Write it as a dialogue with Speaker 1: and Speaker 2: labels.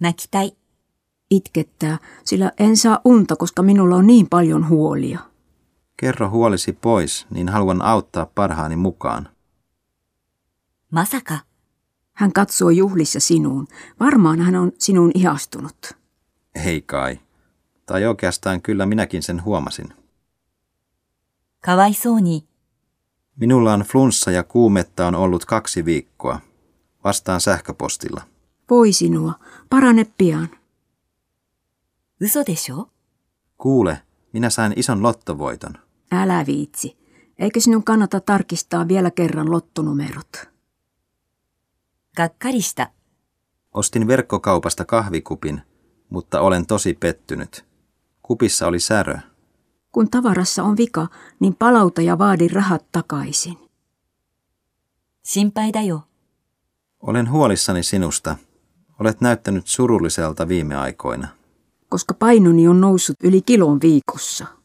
Speaker 1: 泣きたい。
Speaker 2: Itkettää, sillä en saa unta, koska minulla on niin paljon huolia.
Speaker 3: Kerro huolesi pois, niin haluan auttaa parhaani mukaan.
Speaker 1: Masaka.
Speaker 2: Hän katsoo juhlissa sinuun. Varmaan hän on sinuun ihastunut.
Speaker 3: Ei kai. Tai oikeastaan kyllä minäkin sen huomasin.
Speaker 1: かわいそうに。
Speaker 3: Minulla on flunssa ja kuumetta on ollut kaksi viikkoa. Vastaan sähköpostilla.
Speaker 2: Voi sinua, parane pian.
Speaker 1: 嘘でしょ
Speaker 3: Kuule, minä sain ison lottovoiton.
Speaker 2: Älä viitsi. Eikö sinun kannata tarkistaa vielä kerran lottonumerot?
Speaker 1: がっかりした。
Speaker 3: Ostin verkkokaupasta kahvikupin, mutta olen tosi pettynyt. Kupissa oli särö.
Speaker 2: Kun tavarassa on vika, niin palauta ja vaadi rahat takaisin.
Speaker 1: 心配だよ。
Speaker 3: Olen huolissani sinusta. Olet näyttänyt surulliselta viime aikoina.
Speaker 2: koska painoni on noussut yli kilon viikossa.